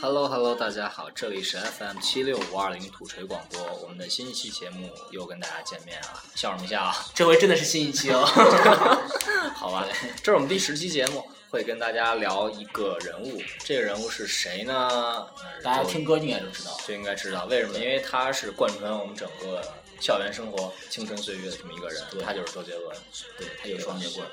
Hello Hello，大家好，这里是 FM 七六五二零土锤广播，我们的新一期节目又跟大家见面了，笑什么 笑？这回真的是新一期 哦。啊好吧，这是我们第十期节目，会跟大家聊一个人物，这个人物是谁呢？呃大家就听歌应该就知道，就应该知道为什么，因为他是贯穿我们整个校园生活、青春岁月的这么一个人，他就是周杰伦，对，他有双截棍。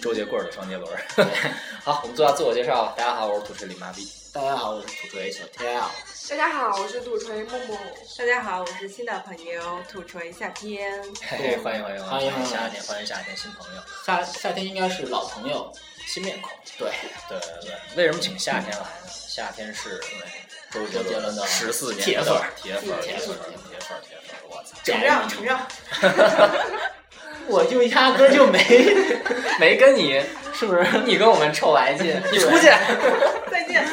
周杰棍儿的双节棍儿。 好，我们做下自我介绍吧。大家好，我是土锤李麻痹。大家好，我是土锤小天啊。大家好，我是土锤木木。大家好，我是新的朋友土锤夏 天。嘿嘿，欢迎欢迎欢迎欢迎夏天，欢迎夏天新朋友，夏夏天应该是老朋友，新面孔。对，对对对，为什么请夏天来呢？夏天是周周杰伦的十四年铁粉的儿铁粉儿，铁铁粉粉儿儿，铁粉儿，铁粉儿，我操！承让，承让。我就压根儿就没， 没跟你，是不是？你跟我们臭来劲，哎 你出去，再见。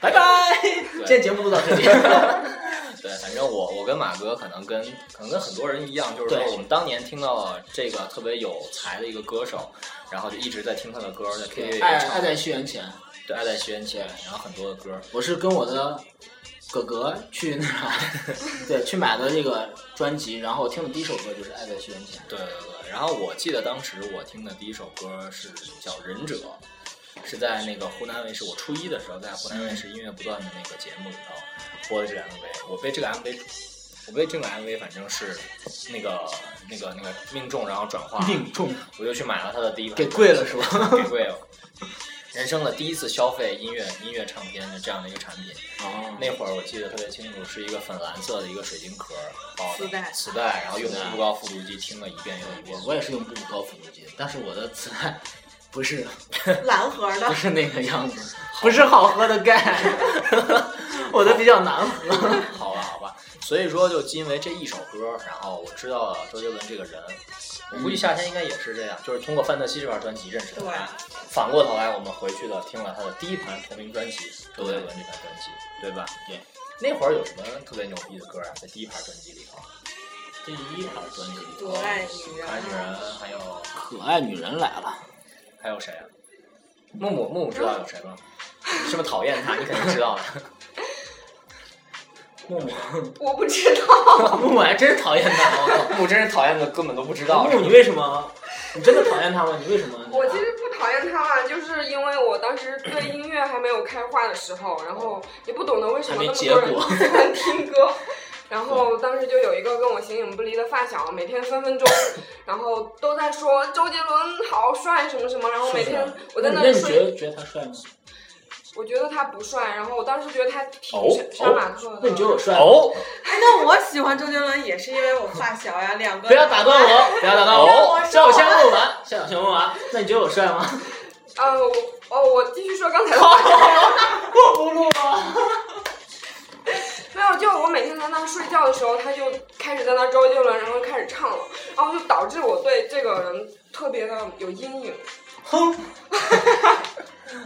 拜拜。今天节目录到这里， 对，反正我我跟马哥可能跟可能跟很多人一样，就是说对我们当年听到了这个特别有才的一个歌手，然后就一直在听他的歌，在 KTV 里爱面爱唱，在西元前，对，爱在西元前，然后很多的歌，我是跟我的哥哥去那 啥，对，去买的这个专辑，然后听的第一首歌就是《爱在西元前》。对对对。然后我记得当时我听的第一首歌是叫《忍者》，是在那个湖南卫视，我初一的时候在湖南卫视音乐不断的那个节目里头播的这个 MV，我被这个 MV。我被这个 MV 反正是那个那个那个命中，然后转化，命中我就去买了他的第一盘给跪了是吧？给贵了。人生的第一次消费音乐音乐唱片的这样的一个产品，哦那会儿我记得特别清楚，是一个粉蓝色的一个水晶壳包的磁带磁带，然后用磁带步高复读机听了一遍又一遍 我。我也是用步步高复读机，但是我的磁带不是蓝盒不的，是那个样子，不是好喝的 钙，我的比较难喝。 好吧，好吧，所以说就因为这一首歌，然后我知道了周杰伦这个人。我估计夏天应该也是这样，就是通过《范特西》这盘专辑认识的他。反过头来，我们回去了听了他的第一盘同名专辑《周杰伦》这盘专辑，对吧？对。那会儿有什么特别牛逼的歌啊？在第一盘专辑里头，第一盘专辑里我爱女可爱女人。人，还有可爱女人来了》，还有谁啊？木木木木知道有谁吗？你是不是讨厌他？你肯定知道的。木木，我不知道。木木还真是讨厌他。木木真是讨厌的根本都不知道。木木，你为什么？你真的讨厌他吗？你为什么？我其实不讨厌他啦，就是因为我当时对音乐还没有开化的时候，然后也不懂得为什么那么多人喜欢听歌。然后当时就有一个跟我形影不离的发小，每天分分钟， 然后都在说周杰伦好帅什么什么，然后每 天我在那那你里那你睡觉得觉得他帅吗？我觉得他不帅，然后我当时觉得他挺哦杀马特的。那你觉得我帅吗？哦，哎，那我喜欢周杰伦也是因为我发小呀，两个不要打断我，不要打断让我我，哦让说我先问完， 让我先问完。那你觉得我帅吗？呃，我哦，我继续说刚才的。我不录了。没有，就我每天在那睡觉的时候，他就开始在那周杰伦，然后开始唱了，然后就导致我对这个人特别的有阴影。哼，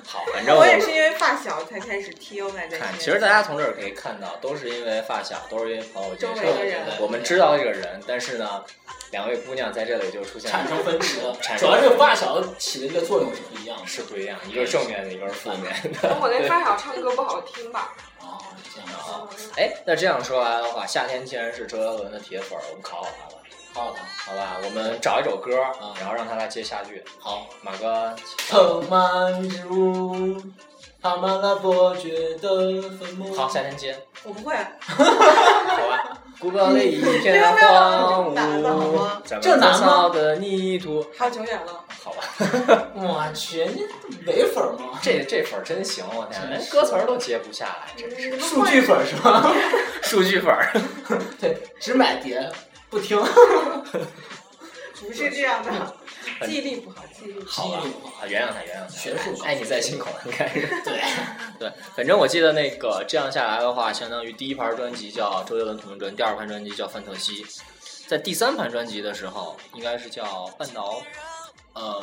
好，反正我也是因为发小才开始听爱哎在看，西其实大家从这儿可以看到，都是因为发小，都是因为朋友介周围的绍，人我们知道这个人，但是呢，两位姑娘在这里就出现 产生分歧了产，主生要这个发小起的这个作用是不一样的。是不一样，一个是正面的，一个是负面的。我那发小唱歌不好听吧？哦，这样的啊。啊，哎，那这样说来的话，夏天既然是周杰伦的铁粉儿，我们考考他吧，好的，好吧？我们找一首歌嗯，然后让他来接下句。好。马哥，藤蔓如爬满了伯爵的坟墓。好，夏天 接，我不会，好 吧？古堡里一片没有没有荒这么难的好芜吗，咱这们难吗干燥的泥土，好久远了。好吧？我去，你伪粉吗？这这粉儿真行，我天，真连是歌词儿都接不下来，真是嗯数据粉是吧？数据粉儿。对，只买碟不听。不是这样的，记忆力不好，记忆力。好吧，好啊原谅他，原谅他。学术爱哎你在心口，应该是。对，对，反正我记得那个这样下来的话，相当于第一盘专辑叫周杰伦同名专辑，第二盘专辑叫范特西，在第三盘专辑的时候，应该是叫半岛，呃，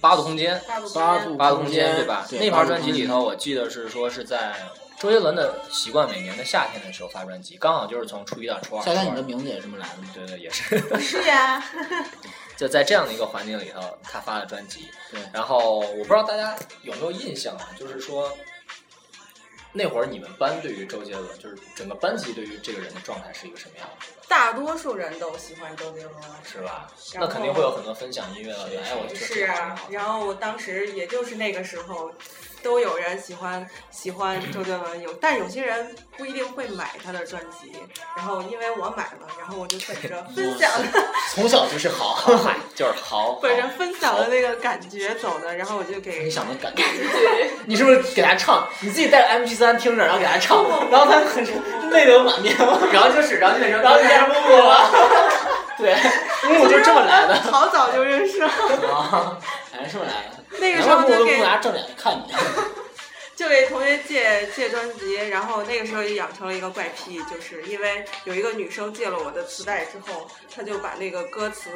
八度空间，八度度八度空间对吧？那盘专辑里，八头，我记得是说是在周杰伦的习惯，每年的夏天的时候发专辑，刚好就是从初一到初二。度夏天你初的二名字也这么来的吗？对对也是。是呀，就在这样的一个环境里头，他发了专辑。对然后我不知道大家有没有印象啊，就是说，那会儿你们班对于周杰伦，就是整个班级对于这个人的状态是一个什么样子的，大多数人都喜欢周杰伦。是吧？然那后肯定会有很多分享音乐的人，哎，我觉得这是个好挺啊好，的然后我当时也就是那个时候，都有人喜欢喜欢周杰伦，有但有些人不一定会买他的专辑，然后因为我买了，然后我就本着分 享的从小就是好，就是 好，本着分享的那个感觉走的，然后我就给你想的感觉，你是不是给他唱？你自己带着 MP 3听着，然后给他唱，然后他很泪流满面，然后就是，然后就然后就开始木了， 对，木就这么来的 好早就 认识了，啊，哎还是这么来的。那个难时怪候木就都给不拿正脸看你，就给同学借借专辑，然后那个时候也养成了一个怪癖，就是因为有一个女生借了我的磁带之后，她就把那个歌词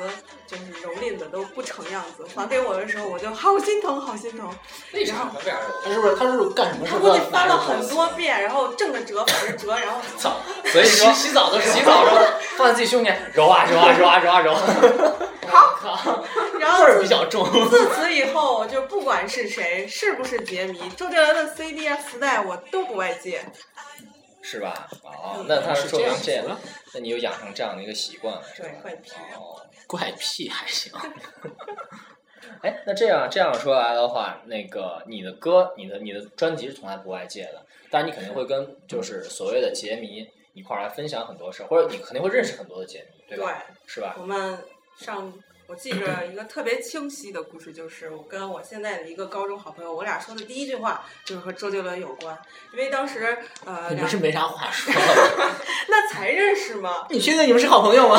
就是蹂躏的都不成样子，还给我的时候，我就好心疼，好心 疼。为啥会这样？他哎是不是他是不是干什么事她儿估都计要翻拿了着很多遍，然后正着折，反着折，然后操！所以说洗洗澡的时候洗澡时候放在自己胸前揉啊揉啊揉啊揉啊揉啊，靠，然味后儿比较重。自此以后，就不管是谁，是不是杰迷，周杰伦的 CD 啊磁带我都不爱借。是吧？哦，那他是说这明样这子，那你有养成这样的一个习惯了，是吧对怪癖哦，怪癖还行， 哎，那这样这样说来的话，那个你的歌、你的你的专辑是从来不外借的，但是你肯定会跟就是所谓的杰迷一块儿来分享很多事儿，或者你肯定会认识很多的杰迷，对对吧？是吧？我们上，我记着一个特别清晰的故事，就是我跟我现在的一个高中好朋友，我俩说的第一句话就是和周杰伦有关，因为当时呃，你俩们是没啥话说。那才认识嘛，你确定你们是好朋友吗？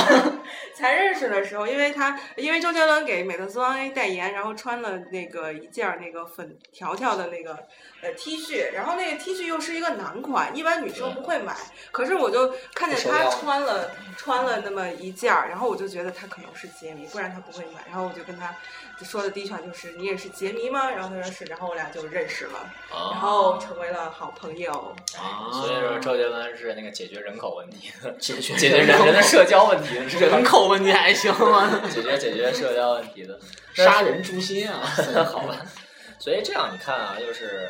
才认识的时候，因为他因为周杰伦给美特斯邦威代言，然后穿了那个一件儿那个粉条条的那个呃 T 恤，然后那个 T 恤又是一个男款，一般女生不会买，可是我就看见不受他邀穿了穿了那么一件儿，然后我就觉得他可能是杰迷，不然他不会买，然后我就跟他说的第一句话就是你也是杰迷吗？然后他说是，然后我俩就认识了，然哦后成为了好朋友。啊哎所以说周杰伦是那个解决人口问题，解决哦解决人人的社交问题，是吧人口问题还行吗？解决解决社交问题的。杀人诛心啊！好吧。所以这样你看啊，就是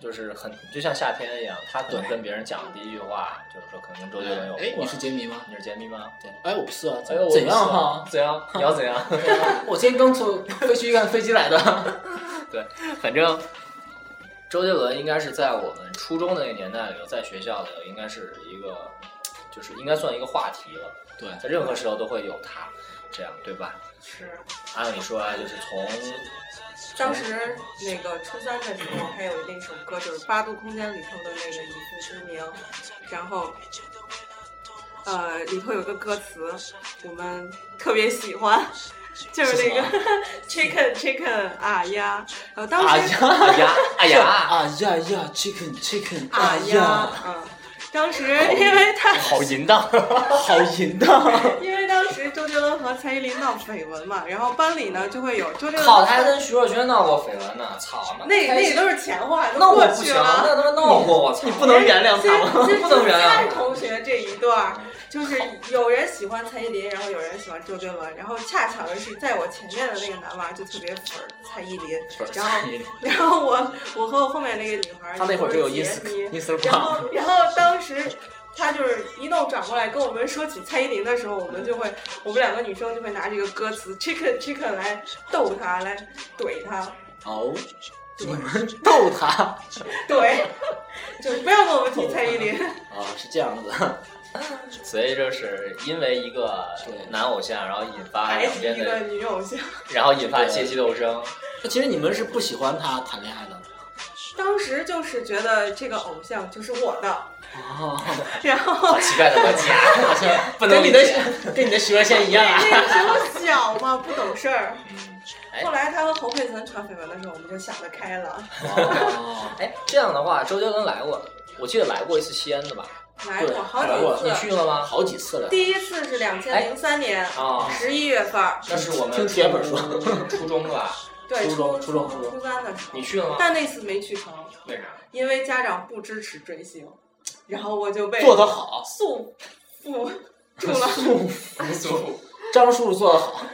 就是很就像夏天一样，他可能对跟别人讲的第一句话就是说，可能跟周杰伦有关。哎，你是杰迷吗？你是杰迷吗？对，哎，我不是啊，哎呦，我怎样不是哈？？怎样？你要怎样？我今天刚从飞去看飞机来的。 反正周杰伦应该是在我们初中的那个年代里头，在学校里头应该是一个，就是应该算一个话题了，对，在任何时候都会有他，这样对吧？是，按理说啊，就是从当时那个初三的时候，还有那首歌就是《八度空间》里头的那个《以父之名》，然后，呃，里头有个歌词，我们特别喜欢，就是那个 chicken chicken 啊呀，然后当啊时呀啊呀啊呀，啊呀呀，chicken chicken，啊呀，，嗯，当时因为他。好淫荡！好淫荡！因为当时周杰伦和蔡依林闹绯闻嘛，然后班里呢就会有周杰伦。靠，他还跟徐若瑄闹过绯闻呢，操！那开那心都是前话，都那我过不去行，了。那他妈闹过我操！你不能原谅他吗？先不能原谅先同学这一段儿，就是有人喜欢蔡依林，然后有人喜欢周杰伦，然后恰巧的是，在我前面的那个男娃就特别粉儿蔡依林，然后然后我我和我后面那个女孩儿，他那会儿只有一 ins ins 然 p 后然后当时。他就是一弄转过来跟我们说起蔡依林的时候，我们就会，我们两个女生就会拿这个歌词 chicken chicken 来逗他，来怼他，哦，对你们逗他 怼，就是不要跟我们提蔡依林。啊？是这样子，所以就是因为一个对男偶像，然后引哎发还两是边一个的，女偶像。然后引发阶级斗争。其实你们是不喜欢他谈恋爱的当时就是觉得这个偶像就是我的，哦，然后奇怪的逻辑 啊，好像不能跟理你的解。跟你的徐若瑄一样啊那。个时候小嘛，不懂事儿。嗯哎后来他和侯佩岑传绯闻的时候，我们就想得开了。哦，哎，这样的话，周杰伦来过，我记得来过一次西安的吧？来过好来过几你次，去了吗？ 好几次了。第一次是两千零三年啊，哎十一月份儿，那是我们听铁粉说初中的吧？对，初中初初中初中初三的时候你，去了 吗？但那次没去成，为啥？ 因为家长不支持追星，然后我就被做得好， 束缚住了， 不舒服。张叔叔做得好。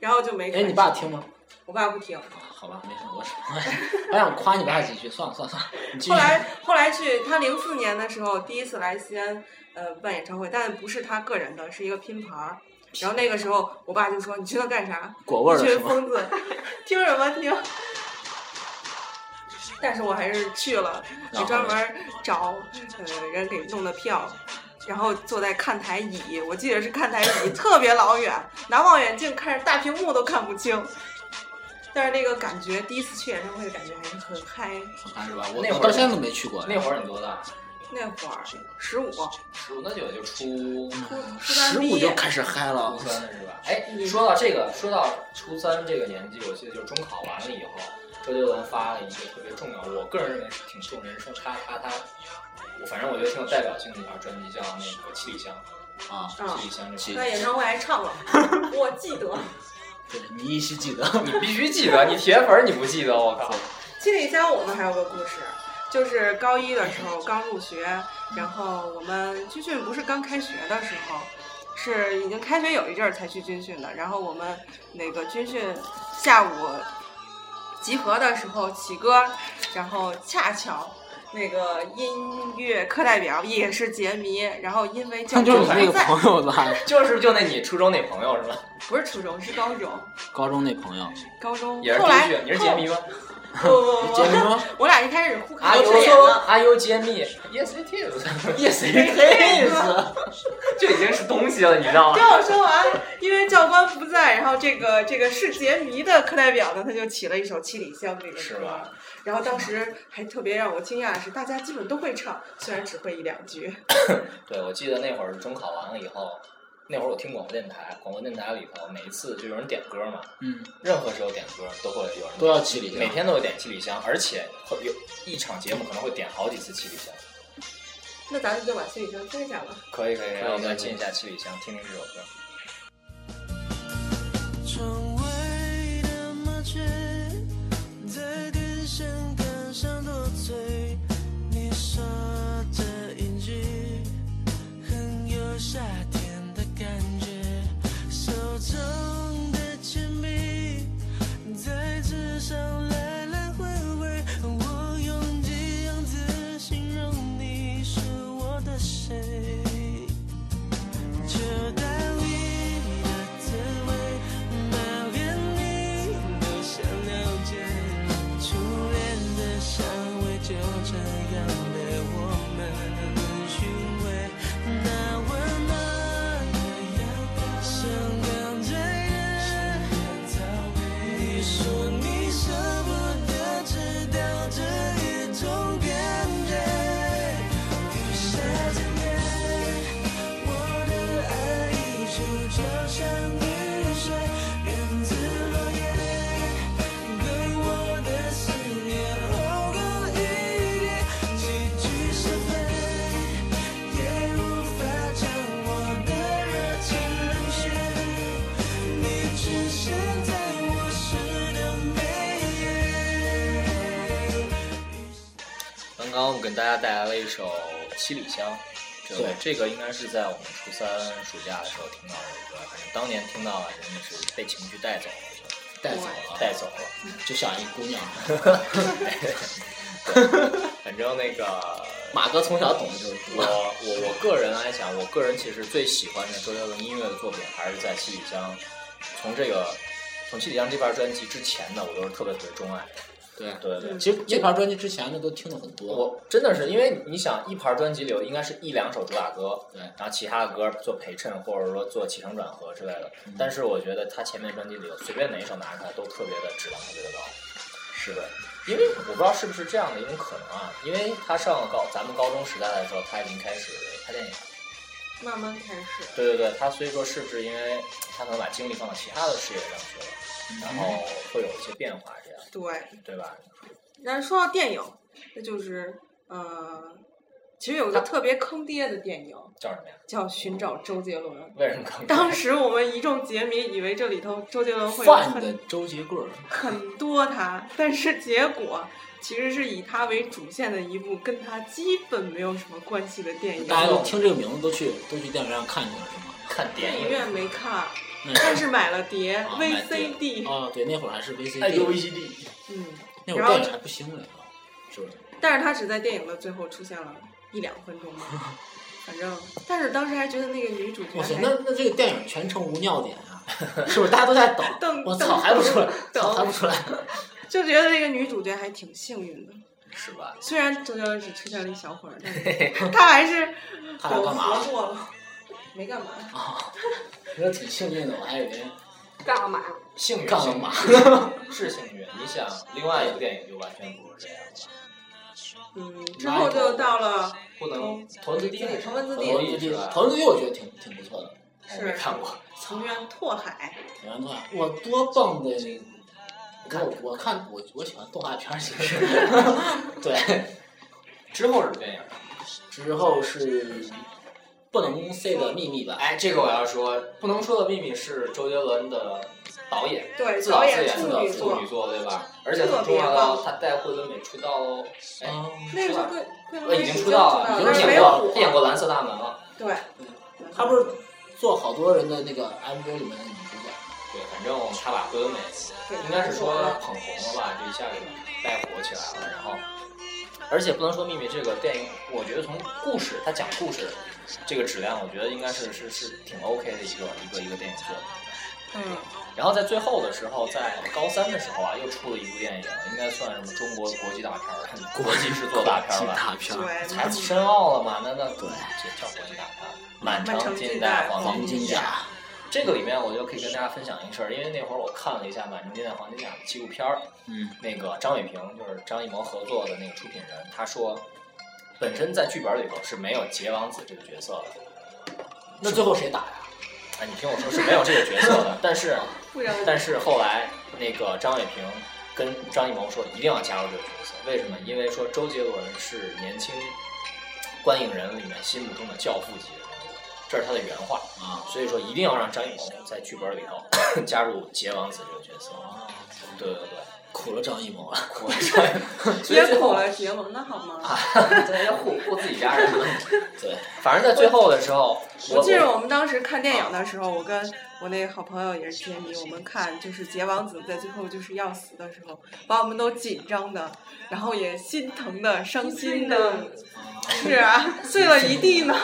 然后就没。哎，你爸听吗？我爸不听。好吧，没事，我是我想 夸你爸几句，算了算了算了，你继续后。来后来去他零四年的时候第一次来西安呃办演唱会，但不是他个人的，是一个拼盘儿。然后那个时候，我爸就说：“你去那干啥？果味儿一群是吗？疯子，听什么听？”但是我还是去了， 然后我专门找呃人给弄的票，然后坐在看台椅，我记得是看台椅，特别老远，拿望远镜看着大屏幕都看不清。但是那个感觉，第一次去演唱会的感觉还是很嗨。啊是吧？我那会儿我到现在都没去过。那会儿你多大？那会儿十五，十五，那就也就初初三十毕五就业，开始嗨了初，三了是吧？哎，说到这个，说到初三这个年纪，我记得就是中考完了以后，周杰伦发了一个特别重要，我个人认为是挺重人生，他他他，我反正我觉得挺有代表性的一盘专辑，叫那个《七里香啊，》，嗯《七里香》这在演唱会还唱了， 我记得。对，你依 稀记得。个，你必须记得，你铁粉儿你不记得，我靠！七里香，我们还有个故事，就是高一的时候刚入学，然后我们军训不是刚开学的时候，是已经开学有一阵儿才去军训的。然后我们那个军训下午集合的时候起歌，然后恰巧。那个音乐课代表也是杰迷，然后因为教那就是主你那还个在，朋友吧？就是就那你初中那朋友是吧？不是初中，是高中，高中那 朋友，高中也是后第来一句，你是杰迷吗？后不不杰不明不，吗我俩一开始互看 Are 不 you 顺眼 了， Are you 揭秘？Yes it is， ？Yes it is。这已经是东西了，你知道吗？让我说完，因为教官不在，然后这个这个是杰迷的课代表呢，他就起了一首《七里香》这个是歌吧。然后当时还特别让我惊讶的是，大家基本都会唱，虽然只会一两句。对，我记得那会儿中考完了以后，那会儿我听广播电台，广播电台里头每一次就有人点歌嘛，嗯，任何时候点歌都会有人都要七里香每天都有点七里香，而且会有一场节目可能会点好几次七里香。那咱们就把《七里香》听一下吧。可以可以，以让我们来可以进一下七里香，听听这首歌。窗外的麻雀在跟香杆上多嘴，你说这一句很有夏天的感觉。手中的铅笔在纸上来来回回，我用这样子形容你是我的谁？秋大里的滋味，埋怨你都想了解，初恋的香味就这样被我们寻味。那温暖的阳，像港醉人，你说你舍不得，知道这一种感觉。雨下整夜。我的爱一直就像雨水，源自落叶，对我的思念厚厚一叠，几句是非也无法将我的热情冷却。你出现在我诗的每页。刚刚我给大家带来了一首《七里香》，这对这个应该是在我们初三暑假的时候听到的一个，反正当年听到了，真的是被情绪带走了，带走就了，带走了。就像一姑娘。反正那个马哥从小懂的就是我读。我我个人来讲，我个人其实最喜欢的周杰伦音乐的作品还是在《七里香》，从这个从《七里香》这盘专辑之前呢，我都是特别特别钟爱。对，对对对，其实这盘专辑之前的都听了很多。我真的是因为你想，一盘专辑里有应该是一两首主打歌，对然后其他的歌做陪衬或者说做起承转合之类的。但是我觉得他前面专辑里有随便哪一首拿出来都特别的质量特别的高。是的，因为我不知道是不是这样的一种可能啊，因为他上了高咱们高中时代的时候，他已经开始拍电影了。慢慢开始，对对对，他所以说是不是因为他可能把精力放到其他的事业上去了，然后会有一些变化这样，对。对吧？然后说到电影，那就是呃，其实有一个特别坑爹的电影叫什么呀？叫《寻找周杰伦》。为什么可能？ 当时我们一众杰迷以为这里头周杰伦会有饭很的周杰棍儿，很多他，但是结果其实是以他为主线的一部跟他基本没有什么关系的电影。大家都听这个名字都去都去电影院看去了是吗？看电电影影院没看，但是买了碟啊买碟 VCD，哦，对，那会儿还是 VCD，、 VCD，嗯，那会儿电影还不兴嘞，是不是？但是他只在电影的最后出现了一两分 钟吧，反正，但是当时还觉得那个女主角我操，还那那这个电影全程无尿点 啊，是不是？大家都在等，瞪我瞪操，还不出来，等操还不出来，就觉得那个女主角还挺幸运的，是吧？虽然周杰伦只出现了一小会儿，但 是她还是他俩干嘛苟活过了，没干嘛。啊？你说挺幸运的，我还以为干了嘛？幸运，干了嘛？是幸运。你想，另外一部电影就完全不是这样了，嗯，之后就到了不能头文字 D，对头文字 D 头文字 D 是头文吧？头文字 D 我觉得挺挺不错的，我哦没是看过，情愿拓海，挺欢动画。我多棒的！我看我看我我喜欢动画片儿，其 实对。之后是电影。之后是不能 say 的秘密吧？哎，这个我要说，不能说的秘密是周杰伦的导演。对，自导导自演演处的女处座女，座对吧？而且很重要的，他带桂纶镁出道哦，哎，啊，那个时候桂桂纶呃，镁已经出出道道了，已但经是没演有过火，演过《蓝色大门》了。嗯对，嗯他不是做好多人的那个 MV 里面的女主角。对，反正他把桂纶镁对应该是说捧红了吧，就一下给带火起来了。然后，而且不能说秘密这个电影，我觉得从故事，他讲故事这个质量，我觉得应该是是是挺 OK 的一个一个一个电影作品。嗯，然后在最后的时候，在高三的时候啊，又出了一部电影，应该算什么中国国际大片儿，国际制作大片儿吧？片对，嗯才申奥了嘛？那那对，这叫国际大片儿，《满满城城尽尽带带黄金黄金甲》。甲，这个里面我就可以跟大家分享一个事儿，因为那会儿我看了一下《满城尽带黄金甲》的纪录片儿，嗯，那个张伟平就是张艺谋合作的那个出品人，他说，本身在剧本里头是没有杰王子这个角色的。那最后谁打呀？哎，你听我说是没有这个角色的，但是不然但是后来那个张伟平跟张艺谋说一定要加入这个角色，为什么？因为说周杰伦是年轻观影人里面心目中的教父级人物，这是他的原话，啊，所以说一定要让张艺谋在剧本里头 加入杰王子这个角色。对对 对，苦了张艺谋了。苦了张艺谋，所以别最苦后了，结盟了好吗？啊，在要护护自己家人。 对，反正在最后的时候，我我记得我们当时看电影的时候，我跟我那个好朋友也是杰迷，我们看就是杰王子在最后就是要死的时候，把我们都紧张的，然后也心疼的、伤心的，哦是啊，碎了一地呢。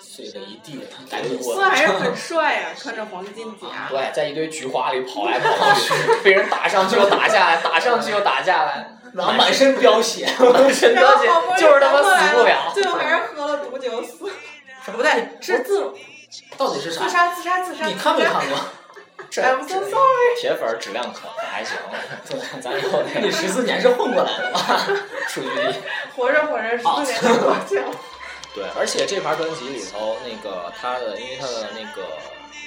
碎了一地，感哎觉我我虽然还是很帅啊，穿着黄金甲，对，在一堆菊花里跑来跑去，被人打上去又打下 来，打上去又打下来， 然后满身飙血，满身然都后血好不，容易就是他妈活过来死不了。最后还是喝了毒酒死。不对，是自到底是啥自？杀，自杀，自杀。你看没看过？这 I'm so sorry。铁粉质量可还行，对，啊咱以后得你十四年是混过来的吧？数据一。活着活着，十哦四年就过去了。对，而且这盘专辑里头，那个他的，因为他的那个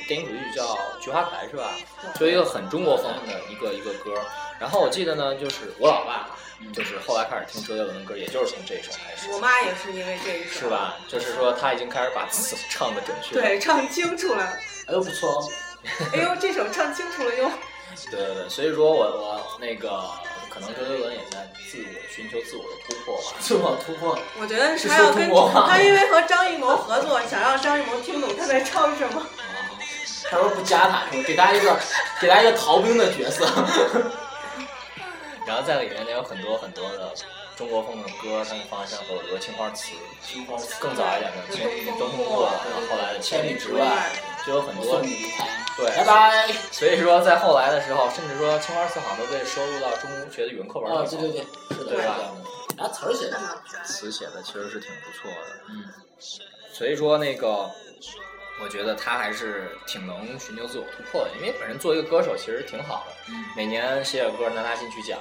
电影主题曲叫《菊花台》是吧？就一个很中国风的一个一个歌。然后我记得呢，就是我老爸，就是后来开始听周杰伦的歌，也就是从这一首开始，我妈也是因为这一首，是？吧？就是说他已经开始把字唱的准确了。对，唱清楚了。哎呦不错哦，哎呦，这首唱清楚了哟。对对对，所以说我我那个可能周杰伦也在自我寻求自我的突破吧。自我突破。我觉得是啊他要说中跟国话他因为和张艺谋合作，想让张艺谋听懂他在唱什么。他说不加他，给他一个给他一个逃兵的 角色。然后在里面呢有很多很多的中国风的歌，像方向和我的青花瓷，青花瓷更早一点的《千与东风破》，然后后来的《千里之外外，》，就有很我多送你离开，拜对。拜。所以说，在后来的时候，甚至说青花瓷好像都被收入到中公学的语文课本里啊，头。对对对，是的，对是吧的。然后词儿写的词写的其实是挺不错的。嗯，所以说那个，我觉得他还是挺能寻求自我突破的，因为本身做一个歌手其实挺好的，嗯每年写写歌拿拿金曲奖，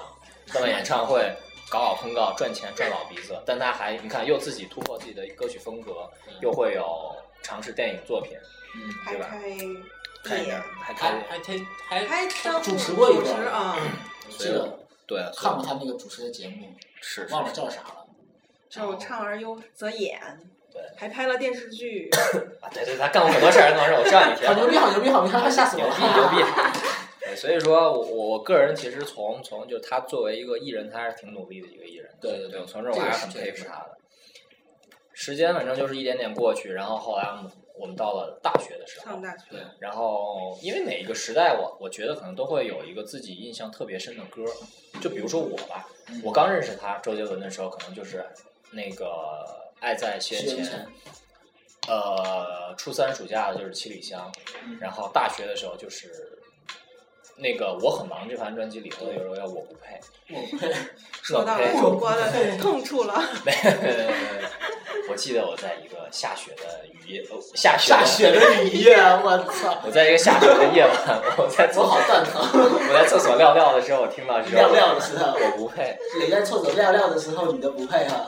办办演唱会。搞搞通告赚钱赚老鼻嗯子，但他还你看又自己突破自己的歌曲风格，又会有尝试电影作品，还对吧？可看以影，还看还影，还挺还还当主持过一主段持啊， 所记以得对，看过他那个主持的节目，是是啊忘了叫啥了。就唱而优则演，对还拍了电视剧。啊，对对，他干过很多事儿，很多事儿，我知道你好天。牛逼，好牛逼，好牛逼！吓死我牛了！逼牛逼！对，所以说我我我个人其实从从就是他作为一个艺人，他还是挺努力的一个艺人。对对对对，从这儿我还是很佩服他的。时间反正就是一点点过去，然后后来我们我们到了大学的时候上，大学对，然后因为每一个时代我，我觉得可能都会有一个自己印象特别深的歌，就比如说我吧，我刚认识他周杰伦的时候，可能就是那个《爱在西元前》西元呃，初三暑假就是《七里香》嗯然后大学的时候就是那个《我很忙》这盘专辑里头有时候要我不配，我配说到了我不配主播的痛处了。没没没没， 我记得我在一个下雪的雨夜，哦下雪 下雪的雨夜，我操，我在一个下雪的夜晚，我在厕 我好蛋 疼，我在厕所尿尿的时候，我听到之后，尿尿的时候我不配，你在厕所尿尿的时候你都不配啊！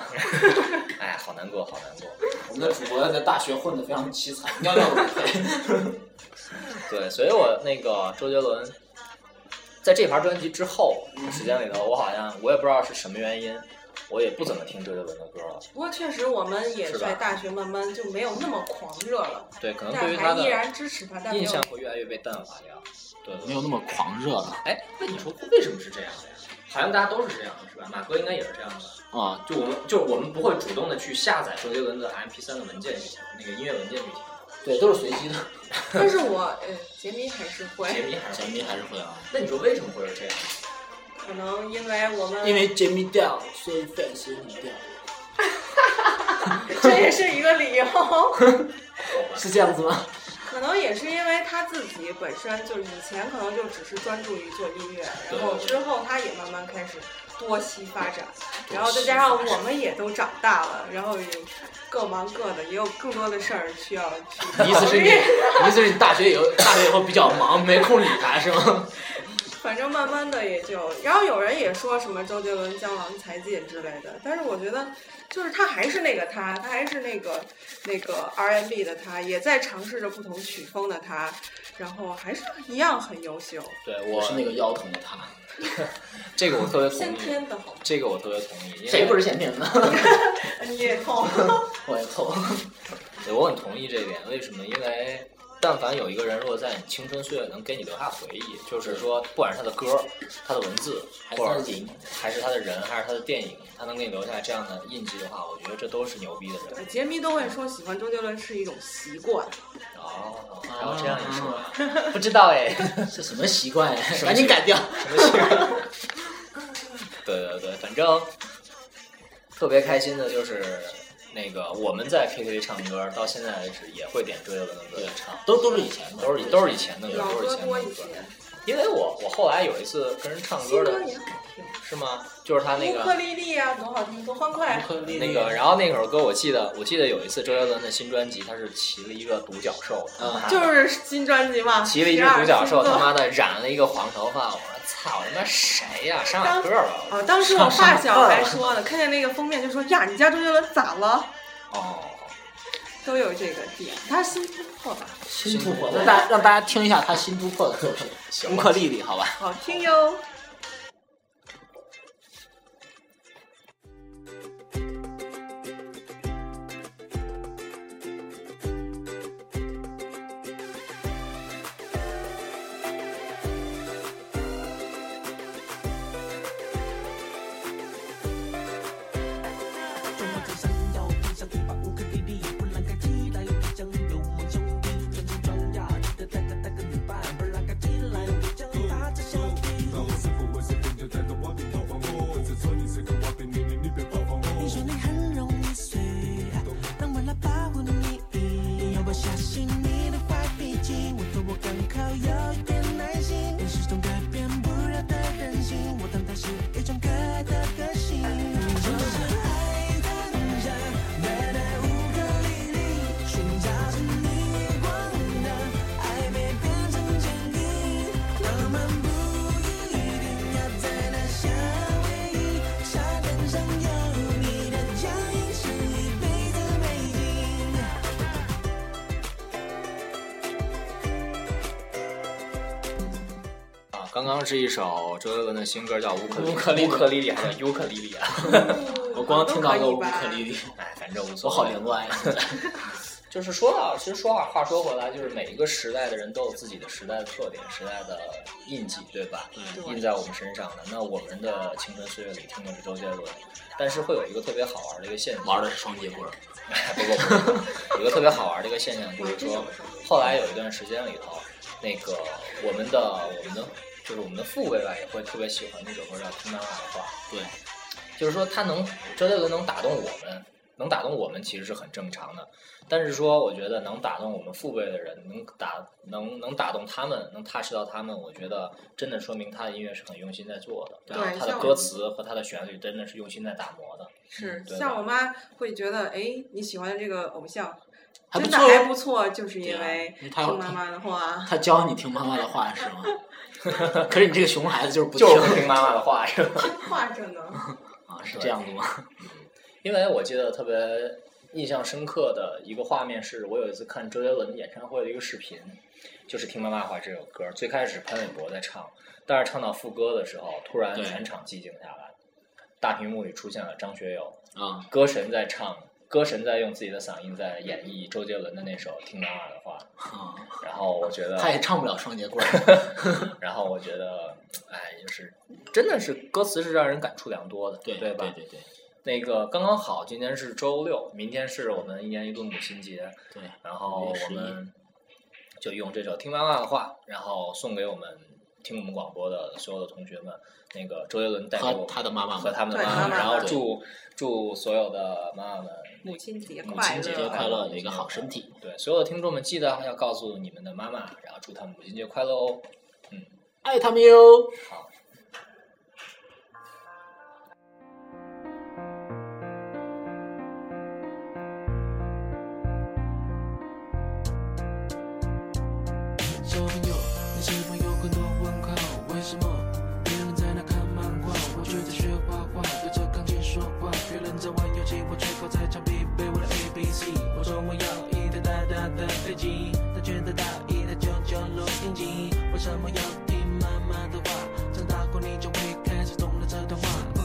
哎，好难过，好难过。我们的主播在大学混的非常凄惨， 尿尿都不配。对，所以我那个周杰伦，呃在这盘专辑之后时间里头，我好像我也不知道是什么原因，我也不怎么听周杰伦的歌了。不过确实，我们也是吧在大学慢慢就没有那么狂热了，对，可能对于他但还依的然支持他，但没印有象会越来越被淡化掉。对，对没有那么狂热了哎，那你说为什么是这样的呀？好像大家都是这样的，是吧？马哥应该也是这样的。啊！就我们，就我们不会主动的去下载周杰伦的 MP3 的文件去听，那个音乐文件去听。对，都是随机的。但是我呃，杰迷还是杰会，迷还是迷还是会啊，那你说为什么会是这样？可能因为我们因为杰米掉，所以粉丝你掉，这也是一个理由，好吧， 是这样子吗？可能也是因为他自己本身就以前可能就只是专注于做音乐，对然后之后他也慢慢开始多栖发展，然后再加上我们也都长大了，然后也各忙各的，也有更多的事儿需要去。你意思是你，你意思是你大 学以后，大学以后比较忙，没空理他是吗？反正慢慢的也就，然后有人也说什么周杰伦江郎才尽之类的，但是我觉得，就是他还是那个他，他还是那个那个 R&B 的他，也在尝试着不同曲风的他，然后还是一样很优秀，对我我是那个腰疼的他，这个我特别先同意，天的好，这个我特别同意，因为谁不是先天的？你也痛，我也痛。对，我很同意这一点。为什么？因为 但凡有一个人，如果在你青春岁月能给你留下回忆，就是说，不管是他的歌、他的文字，或还者是他的还是他的人，人还是他的电影，他能给你留下这样的印记的话，我觉得这都是牛逼的人。 杰迷都会说喜欢周杰伦是一种习惯，哦，然后这样一说啊，不知道哎，这什么习惯呀？什么习惯赶紧改掉。什么情况？对对对，反正特别开心的就是。那个我们在 KTV 唱歌，到现在为止也会点周杰伦的歌唱，都都是以前的，都是都是以前的歌，老都是以歌前的多一歌些。，因为我我后来有一次跟人唱新歌歌的也好听，是吗？就是他那乌克个丽丽啊，多好听，多欢快，那个，然后那首歌我记得我记得有一次周杰伦的新专辑，他是骑了一个独角兽，他妈的就是新专辑嘛，骑了一只12独角兽，星他座妈的染了一个黄头发，我说操他妈谁呀、上哪课了？啊，当时我发小还说呢，看见那个封面就说呀，你家周杰伦咋了？哦，都有这个点，他新突破吧，新突破，新突破让大让大家听一下他新突破的作品行《乌克丽丽》，好吧？好听哟。中国之声要分享，听把乌克丽丽，不然该起来，我将有梦兄弟，专心装呀，记得带着带个女伴，不然该起来，我将打着小弟。当我是否我是病就带着我病套房我，我只说你是个我病，你你你别爆房你说我。你很容易碎，当我来保护你，你要我相信你的坏脾气，我对我刚好有一点耐心，你始终改变不了的任性，我当它是一种可爱的个性。你就是爱的女人，美的乌克丽丽，寻找着你光的爱被变成坚定，浪漫不一定要在那夏威夷沙滩上有你的脚印是一辈子美景。啊，刚刚是一首周杰伦的新歌叫《乌克丽乌克丽丽乌克丽丽还叫尤克里里啊，我光听到过乌克丽丽，丽，哎，反正无所我 谓好凌乱呀！就是说到，其实说话话说回来，就是每一个时代的人都有自己的时代的特点、时代的印记，对吧？印在我们身上的。那我们的青春岁月里听的是周杰伦，但是会有一个特别好玩的一个现象，玩的是双截棍儿，不过不过，啊有一个特别好玩的一个现象，就是说，后来有一段时间里头，那个我们的我们的就是我们的父辈吧，也会特别喜欢那首歌叫《听妈妈的话》。对，就是说他能周杰伦能打动我们，能打动我们其实是很正常的。但是说，我觉得能打动我们父辈的人，能打能能打动他们，能踏实到他们，我觉得真的说明他的音乐是很用心在做的，然后对他的像歌词和他的旋律真的是用心在打磨的。是对像我妈会觉得，哎，你喜欢的这个偶像还不真错的哦。还不错，就是因为对啊她听妈妈 的话。他教你听妈妈的话是吗？可是你这个熊孩子就是不听就是不听妈妈的话是吧？听话着呢，啊，是这样的吗？因为我记得特别印象深刻的一个画面是，我有一次看周杰伦演唱会的一个视频，就是《听妈妈话》这首歌，最开始潘玮柏在唱，但是唱到副歌的时候，突然对全场寂静下来，大屏幕里出现了张学友，啊，歌神在唱，歌神在用自己的嗓音在演绎周杰伦的那首《听妈妈的话啊》，然后我觉得他也唱不了双截棍儿。然后我觉得，哎，就是真的是歌词是让人感触良多的，对对吧？对对那个刚刚好，今天是周六，明天是我们一年一度母亲节，对，然后我们就用这首《听妈妈的话》，然后送给我们听我们广播的所有的同学们。那个周杰伦带给我和们他的妈妈和们，他们的妈对妈妈，妈然后对祝祝所有的妈妈们母亲节母快亲节节乐！快乐有一个好身体。对所有的听众们，记得要告诉你们的妈妈，然后祝他们母亲节快乐哦。爱他们哟。小朋友，你是否有很多问号？为什么别人在那看漫画，我却在学画画，对着钢琴说话？别人在玩游戏，我却靠在墙壁背我的 A B C。我说我要一台大大的飞机，他却得到一台九九录音机。为什么要听妈妈的话？长大后你就会开始懂了这段话。嗯，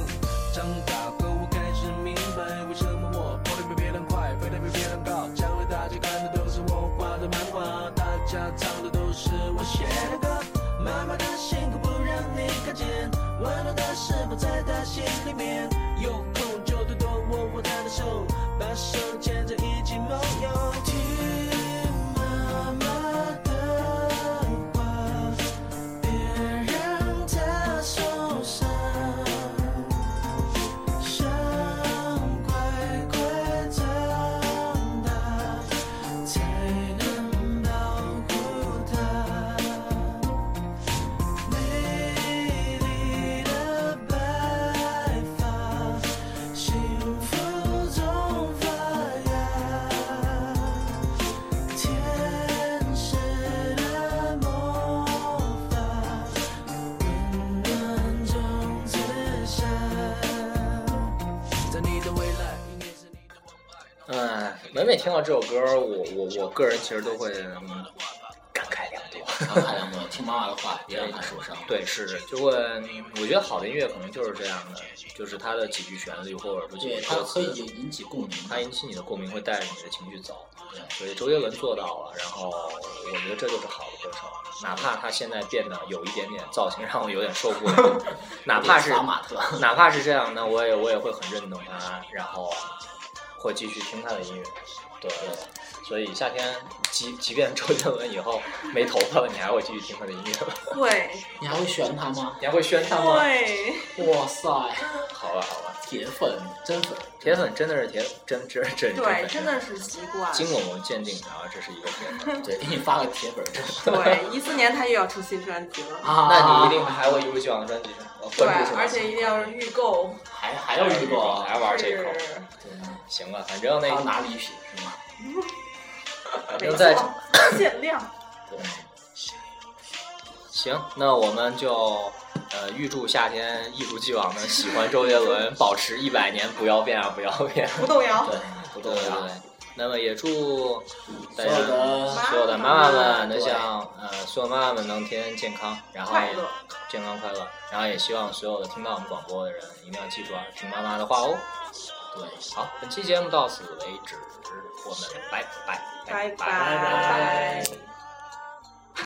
长大后我开始明白，为什么我跑得比别人快，飞得比别人高。将来大家看的都是我画的漫画，大家唱的都是我写的歌。妈妈的辛苦不让你看见，温暖的是否在她心里面？有空就多多握握她的手，把手牵着一起梦游。听妈妈的话，别让她受伤。想快快长大，才能保护她。美丽的白发，幸福中发芽。天使的魔法，温暖中之下。在你的未来，应该是你的王牌。哎，每每听到这首歌，我我我个人其实都会嗯感慨良多。感慨两个，听妈妈的话，别让他受伤。对，是就会，我觉得好的音乐可能就是这样的，就是它的几句旋律或者说几对，句他歌可以词，引引起共鸣。它引起你的共鸣，会带着你的情绪走。对所以周杰伦做到了，然后我觉得这就是好的歌手，哪怕他现在变得有一点点造型让我有点受 不了，哪怕是杀马特。哪怕是这样，那我也我也会很认同他，然后会继续听他的音乐。对，所以夏天即即便周杰伦以后没头发了，你还会继续听他的音乐吗？会 你还会选他吗？你还会宣他吗？会，哇塞，好吧，好吧，铁粉，真粉。铁粉真的是铁，真真真对，真的是习惯。经过我们鉴定，然后这是一个铁粉。对，给你发个铁粉真粉。对，一四年他又要出新专辑了，啊那你一定还会一如既往的专辑呃对关注，而是吗？且一定要是预购，还还有一个，还玩这一口，是行吧，反正还那要个，啊拿礼品是吗？反没正错在，限量。行，那我们就呃预祝夏天一如既往的喜欢周杰伦，保持一百年，不要变啊，不要变。不动摇。对，不对重对要对。。那么也祝所大家有的所有的妈妈们能对像呃，所有妈妈们能天天健康，然后快乐健康快乐，然后也希望所有的听到我们广播的人一定要记住啊，听妈妈的话哦。对对，好，本期节目到此为止，我们拜拜拜拜拜。